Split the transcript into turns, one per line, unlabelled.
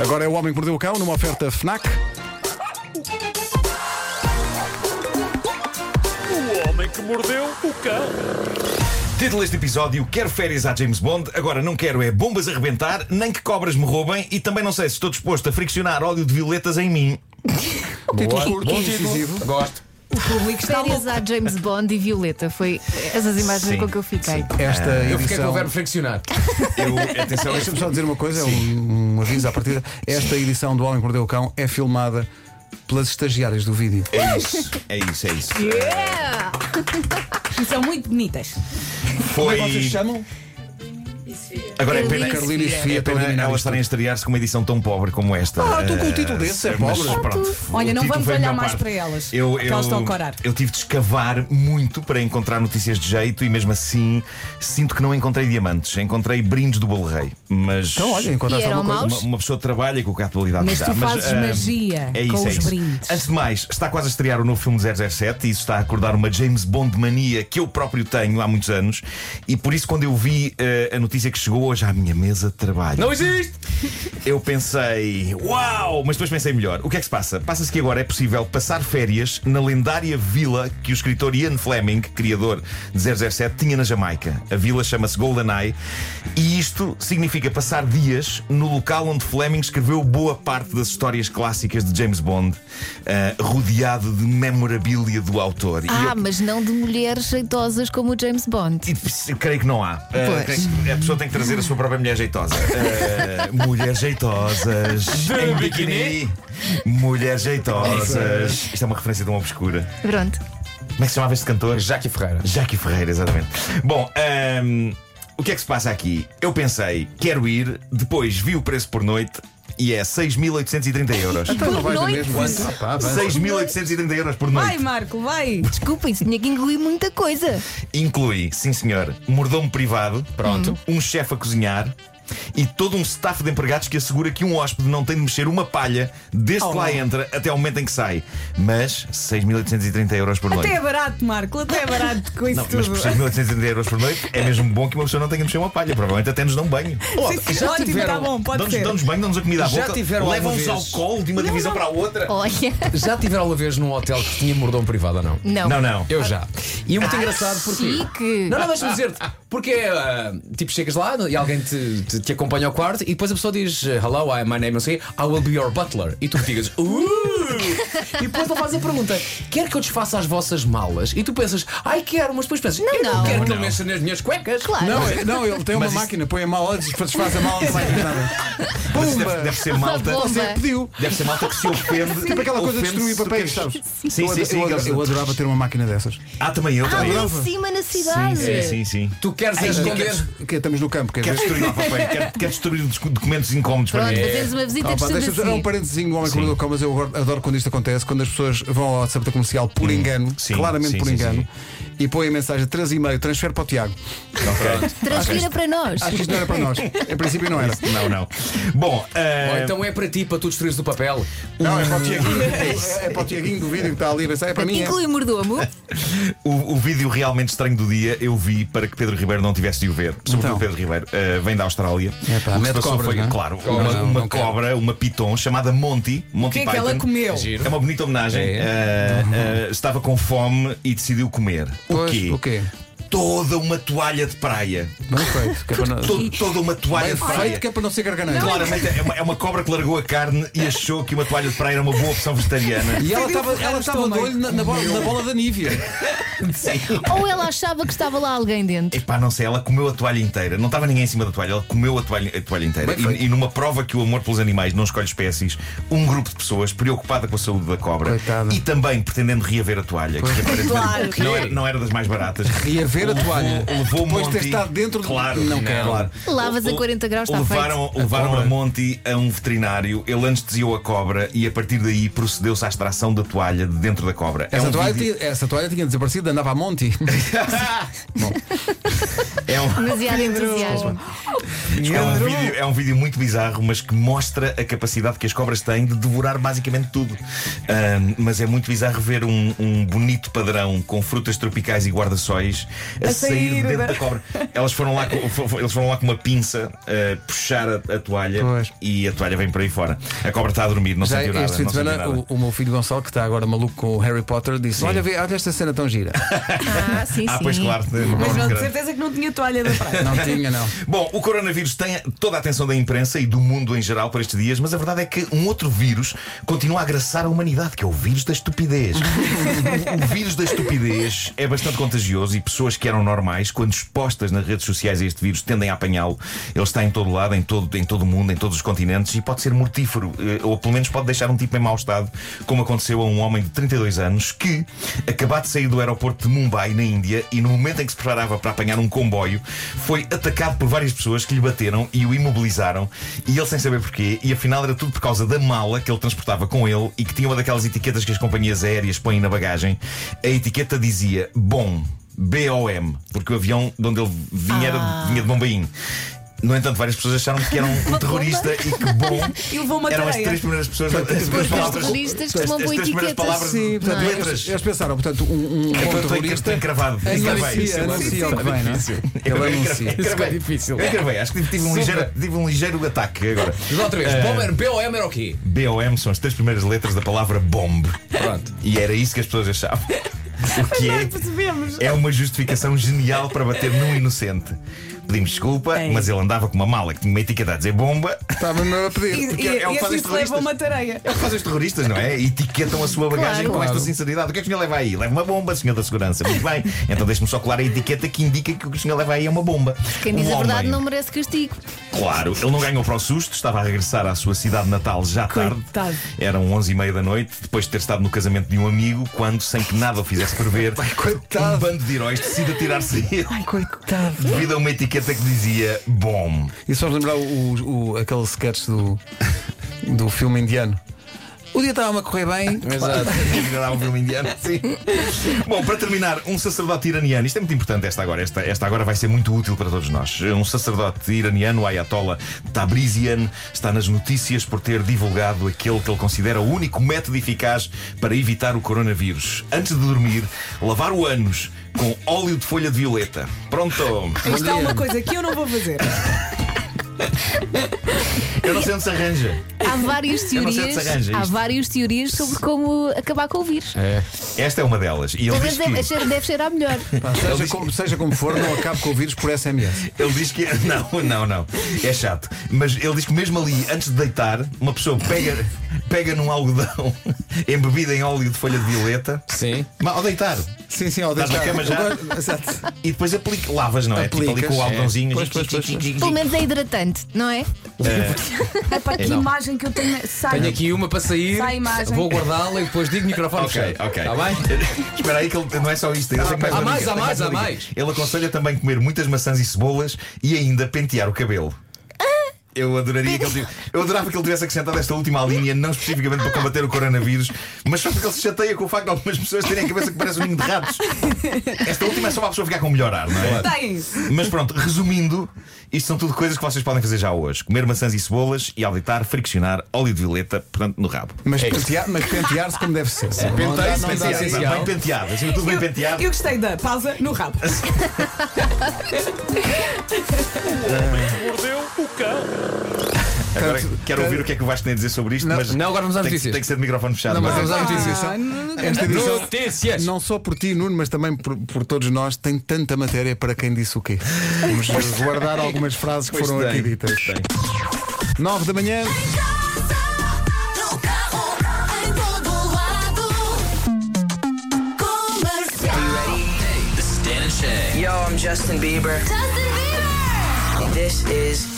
Agora é o Homem que Mordeu o Cão, numa oferta FNAC.
O homem que mordeu o cão.
Título deste episódio: Quero férias a James Bond, agora não quero é bombas arrebentar, nem que cobras me roubem e também não sei se estou disposto a friccionar óleo de violetas em mim.
Título curto, decisivo.
Gosto.
público está Férias a James Bond e Violeta. Foi essas imagens
Sim,
com que eu fiquei.
Esta
Ah,
Eu fiquei com o
edição.
verbo friccionar.
Eu, atenção,
Deixa-me só dizer uma coisa, é um, um aviso à partida. Esta edição do Homem que Mordeu o Cão é filmada pelas estagiárias do vídeo.
é isso, é isso, é isso.
E são muito bonitas.
Foi.
chamam?
Agora é pena.
Carolina e Sofia
É
estão a
pena
eliminar
elas
isto.
estarem a estrear-se com uma edição tão pobre como esta.
Ah, então com o título desse, é
Eh, mas
pobre.
pronto,
Olha,
o
não
título
vamos
foi a
olhar
melhor
mais
parte.
para elas,
Eu,
porque
eu-
elas estão a corar.
Eu tive de escavar muito para encontrar notícias de jeito e mesmo assim sinto que não encontrei diamantes. Encontrei brindes do Bolo Rei. Mas.
Então, olha, encontraste
E eram
alguma coisa.
maus?
Uma, uma pessoa trabalha com o que a atualidade
Mas
dá.
tu fazes
ah,
magia
é
com
isso, é
os
isso.
brindes.
Antes de mais, está quase a estrear o novo filme de 007 e isso está a acordar uma James Bond mania que eu próprio tenho há muitos anos. E por isso, quando eu vi ah, a notícia que chegou hoje à minha mesa de trabalho,
Não existe!
eu pensei, uau! Mas depois pensei melhor. O que é que se passa? Passa-se que agora é possível passar férias na lendária vila que o escritor Ian Fleming, criador de 007, tinha na Jamaica. A vila chama-se GoldenEye e isto significa passar dias no local onde Fleming escreveu boa parte das histórias clássicas de James Bond, ah, rodeado de memorabilia do autor. E eu-
Ah, mas não de mulheres jeitosas como o James Bond.
e, pss, creio que não há. Ah,
Pois.
creio que a pessoa tem que trazer a sua própria mulher jeitosa. Ah, mulheres jeitosas. em biquíni. Mulheres jeitosas. Isto é uma referência tão obscura.
Pronto.
Como é que se chamava este cantor?
Jaqui Ferreira.
Jackie Ferreira, exatamente. Bom, ahm, o que é que se passa aqui? Eu pensei, quero ir, depois vi o preço por noite e é 6.830 euros.
Então não vais na
noite.
mesma. Ah, pá, avança.
6.830 euros por noite.
Vai, Marco, vai!
Desculpa, isso tinha que incluir muita coisa.
Inclui, sim senhor, um mordomo privado, pronto, um chefe a cozinhar e todo um staff de empregados que assegura que um hóspede não tem de mexer uma palha desde que lá
Oh.
entra até ao momento em que sai. Mas 6.830 euros por noite.
Até é barato, Marco, até é barato com isso
Não, mas
tudo.
por 6.830 euros por noite é mesmo bom que uma pessoa não tenha de mexer uma palha. Provavelmente até nos dão banho.
Sim, sim,
já
ótimo,
tiveram-
está bom, pode
Dão-nos
ser.
dão-nos banho, dão-nos a comida à
Já
boca,
tiveram alguma
levam-nos ao
vez?
colo de uma divisão para a outra.
Olha,
Já tiveram uma vez num hotel que tinha mordomo privado ou não?
não.
Não, não.
Eu já. E é muito engraçado porque.
Chique.
Não, não, deixa-me dizer-te. Porque é. ah, tipo, chegas lá e alguém te, te, te acompanha ao quarto e depois a pessoa diz "Ah, Hello, I, my name is I will be your butler. E tu digas Uh! E depois ele faz a pergunta: Quer que eu desfaça as vossas malas? E tu pensas Ai, quero, mas depois pensas Eu não,
não.
quero
Não,
que ele
não.
mexa nas minhas cuecas.
Claro.
Não, é- não, ele tem uma máquina, põe a mala, desfaz a mala, não vai dizer nada.
Mas isso deve, deve ser malta.
Bomba.
Você pediu.
Deve ser malta que se ofende.
Tipo aquela coisa de destruir
ofende-se do
papéis,
que-
sabes?
Sim, sim, sim.
eu,
aqueles-
adorava, eu adorava ter uma máquina dessas.
Ah, também eu,
Ah,
também
lá
eu.
em cima na
Sim,
cidade.
sim, sim, sim.
Tu queres
Ai,
esconder.
queres-
Que estamos no campo, quer
Quer
dizer.
destruir o papel, quer, quer destruir os documentos incómodos para
Pronto,
mim.
fazemos uma visita
Ah,
de
pá,
estudo a
deixa-me- é um
seguir.
parentezinho do homem que
Sim.
mordeu o cão, mas eu agora- adoro quando isto acontece, quando as pessoas vão ao WhatsApp da comercial por engano,
Hum. Sim,
claramente
sim,
por
sim,
engano,
sim.
e põem a mensagem 3 e meio, transfere para o Tiago.
Transfira para nós.
Acho que isto não era para nós. Em princípio não era.
Não, não. Bom, eh,
Ou então é para ti, para tu destruires o papel.
Não, é para o Tiaguinho. É, é para o Tiaguinho do vídeo que está ali a pensar, é para mim. é.
Inclui mordomo.
o, o vídeo realmente estranho do dia eu vi para que Pedro Ribeiro não tivesse de o ver. Sobretudo
Então.
Pedro Ribeiro. eh, vem da Austrália.
Epá,
o que
mete
se passou
cobras,
foi,
não é?
claro, uma,
Cobras, não,
uma
não quero.
cobra, uma piton chamada Monty.
O
Monty
que é que
Python.
ela comeu?
Giro.
É uma bonita homenagem.
É.
Eh, eh, estava com fome e decidiu comer.
Pois,
o quê?
o quê?
Toda uma toalha de praia.
Bem feito. Que é para não...
To- toda uma toalha
Bem
de praia.
feito que é para não ser garganeiro.
Claramente é uma, é uma cobra que largou a carne e achou que uma toalha de praia era uma boa opção vegetariana.
E ela estava
ferrar
ela
o
estava de
estômago.
olho na, na bola, na bola da Nívia.
É
Ou ela achava que estava lá alguém dentro.
Epá, não sei, ela comeu a toalha inteira. Não estava ninguém em cima da toalha, ela comeu a toalha, a toalha inteira.
Bem feito.
E, e numa prova que o amor pelos animais não escolhe espécies, um grupo de pessoas preocupada com a saúde da cobra
Coitada.
e também pretendendo reaver a toalha, que aparentemente
Claro.
não,
é.
era, não era das mais baratas.
E a ver a toalha.
Levou
Depois de
Monty-
ter estado dentro do-
Claro,
Não quero.
Claro.
Lavas a
O- o-
40 graus, está
levaram, levaram
cobra.
a Monty a um veterinário, ele anestesiou a cobra e a partir daí procedeu-se à extração da toalha de dentro da cobra. É
Essa,
um
toalha
vídeo-
tinha, essa toalha tinha desaparecido, andava a monte.
é um-
Demasiado entusiasmo.
É um, vídeo, é um vídeo muito bizarro, mas que mostra a capacidade que as cobras têm de devorar basicamente tudo. Ahm, mas é muito bizarro ver um, um bonito padrão com frutas tropicais e guarda-sóis a,
A
sair,
sair
dentro
da-
da cobra. Elas foram lá com, fo- fo- eles foram lá com uma pinça a puxar a, a toalha
Pois.
e a toalha vem por aí fora. A cobra está a dormir, não
Já
sentiu nada.
este fim
não
de
sentiu
semana,
nada.
o, o meu filho Gonçalo, que está agora maluco com o Harry Potter, disse: Olha, vê, olha esta cena tão gira.
Ah, sim,
Ah,
sim.
pois claro,
Mas não, de
grande.
certeza que não tinha toalha da praia.
não tinha, não.
Bom, o coronavírus tem toda a atenção da imprensa e do mundo em geral por estes dias, mas a verdade é que um outro vírus continua a agraçar a humanidade, que é o vírus da estupidez. o vírus da estupidez é bastante contagioso e pessoas que eram normais, quando expostas nas redes sociais a este vírus, tendem a apanhá-lo. Ele está em todo lado, em todo, em todo o mundo, em todos os continentes e pode ser mortífero, eh, ou pelo menos pode deixar um tipo em mau estado, como aconteceu a um homem de 32 anos que, acabado de sair do aeroporto de Mumbai, na Índia, e no momento em que se preparava para apanhar um comboio, foi atacado por várias pessoas que lhe bateram e o imobilizaram, e ele sem saber porquê, e afinal era tudo por causa da mala que ele transportava com ele e que tinha uma daquelas etiquetas que as companhias aéreas põem na bagagem. A etiqueta dizia bom, B-O-M, porque o avião de onde ele vinha,
Ah.
era, vinha de Bombaim. No entanto, várias pessoas acharam que era um terrorista e que bom
E levou uma
eram as
tareia.
três primeiras pessoas as primeiras
Depois dos
palavras-
terroristas que
as-
tomam
as
boa
três primeiras
etiqueta.
palavras
Sim,
de
Portanto,
não é?
eles,
letras.
eles pensaram, portanto, um, um
É
bom
que eu estou
terrorista.
encravado. Encravei,
Anuncia,
isso é muito
anuncia o que
difícil.
vem, não é?
Difícil.
Ele
Eu
anuncia.
Isso é
encravei.
difícil.
Eu encravei, acho que tive um
Super.
ligeiro, tive um ligeiro ataque agora. Eh,
Diz lá outra vez, Bomber, BOM era o quê?
BOM são as três primeiras letras da palavra bombe.
Pronto.
E era isso que as pessoas achavam. O que é,
percebemos.
é uma justificação genial para bater num inocente. Pedimos desculpa,
É
Ei.
mas ele andava com uma mala que tinha uma etiqueta a dizer bomba.
Estava-me a pedir.
E,
Porque
e,
é o que fazem
e assim
os
se leva
terroristas.
uma tareia.
É o que fazem os terroristas, não é? Etiquetam a sua bagagem
Claro.
com esta
Claro.
sinceridade. O que é que o senhor leva aí? Leva uma bomba, senhor da segurança. Muito bem. Então deixe-me só colar a etiqueta que indica que o que o senhor leva aí é uma bomba.
Quem diz
O
a verdade
Um homem-
não merece castigo.
Claro, ele não ganhou para o susto, estava a regressar à sua cidade natal já
Coitado.
tarde. Eram 11 e meia da noite, depois de ter estado no casamento de um amigo, quando, sem que nada o fizesse prever,
coitado.
um bando de heróis decide atirar-se a ele
Ai, coitado.
devido a uma etiqueta que dizia bom.
E só lembrar o, o- aquele sketch do, do filme indiano. O dia estava-me a correr bem.
Exato.
Ignorava o um filme indiano, sim. Bom, para terminar, um sacerdote iraniano, isto é muito importante esta agora, esta, esta agora vai ser muito útil para todos nós. Um sacerdote iraniano, o Ayatollah Tabrizian, está nas notícias por ter divulgado aquele que ele considera o único método eficaz para evitar o coronavírus. Antes de dormir, lavar o ânus com óleo de folha de violeta. Pronto!
Isto é uma coisa que eu não vou fazer.
Eu não sei onde se arranja.
Há várias
Eu não sei
teorias.
se arranja
Há
isto.
várias teorias sobre como acabar com o vírus.
Esta é uma delas. E ele diz
Talvez
que...
deve, ser- deve ser a melhor.
Pá, seja, como, seja como for, não acabe com o vírus por SMS.
Ele diz que. Não, não, não. É chato. Mas ele diz que mesmo ali, antes de deitar, uma pessoa pega, pega num algodão embebida em óleo de folha de violeta.
Sim.
Mas Ao deitar.
Sim, sim, ao
Estás na cama já?
Exato.
E depois aplica. Lavas, não é? tipo ali
Aplicas,
com o
é.
algodãozinho.
Pois, pois, pois, pois.
Pelo menos é hidratante, não é?
É para que imagem que eu tenho. Sai.
Tenho aqui uma para sair,
Sai a imagem.
vou guardá-la e depois digo microfone
Ok,
fechado.
ok.
Está Tá bem?
Espera aí que ele não é só isto. Ele tem mais
Há
uma
mais,
dica,
há
tem
mais,
uma
há
dica.
mais.
Ele aconselha também comer muitas maçãs e cebolas e ainda pentear o cabelo.
Ah!
Eu adoraria que ele tivesse, eu adorava que ele tivesse acrescentado esta última linha, não especificamente para combater o coronavírus, mas só porque ele se chateia com o facto de algumas pessoas terem a cabeça que parece um ninho de ratos. Esta última é só para a pessoa ficar com melhor ar, não é?
Tem.
Mas pronto, resumindo, isto são tudo coisas que vocês podem fazer já hoje: comer maçãs e cebolas e ao deitar, friccionar óleo de violeta, portanto, no rabo.
Mas pentear- mas É. pentear-se como deve ser. Não dá-
Penteia-se,
não dá- assim.
penteia-se.
Penteado,
essencial.
bem penteado, acima de tudo bem penteado.
Eu gostei da pausa no rabo.
Mordeu o cão.
Agora
Portanto, eh,
quero ouvir o que é que o Vasco tem a dizer sobre isto,
Não,
mas
não, agora vamos às
tem, que-
notícias.
tem que ser de microfone fechado.
Não, mas
não é?
vamos à notícia.
Ah, não-
Esta edição,
Notícias!
não só por ti, Nuno, mas também por, por todos nós, tem tanta matéria para quem disse o quê. Vamos guardar algumas frases que
Pois
foram aqui
tem,
ditas.
pois tem.
9 da manhã.
No carro, em todo lado. Comercial.
Yo, I'm Justin Bieber.
Justin Bieber.
This is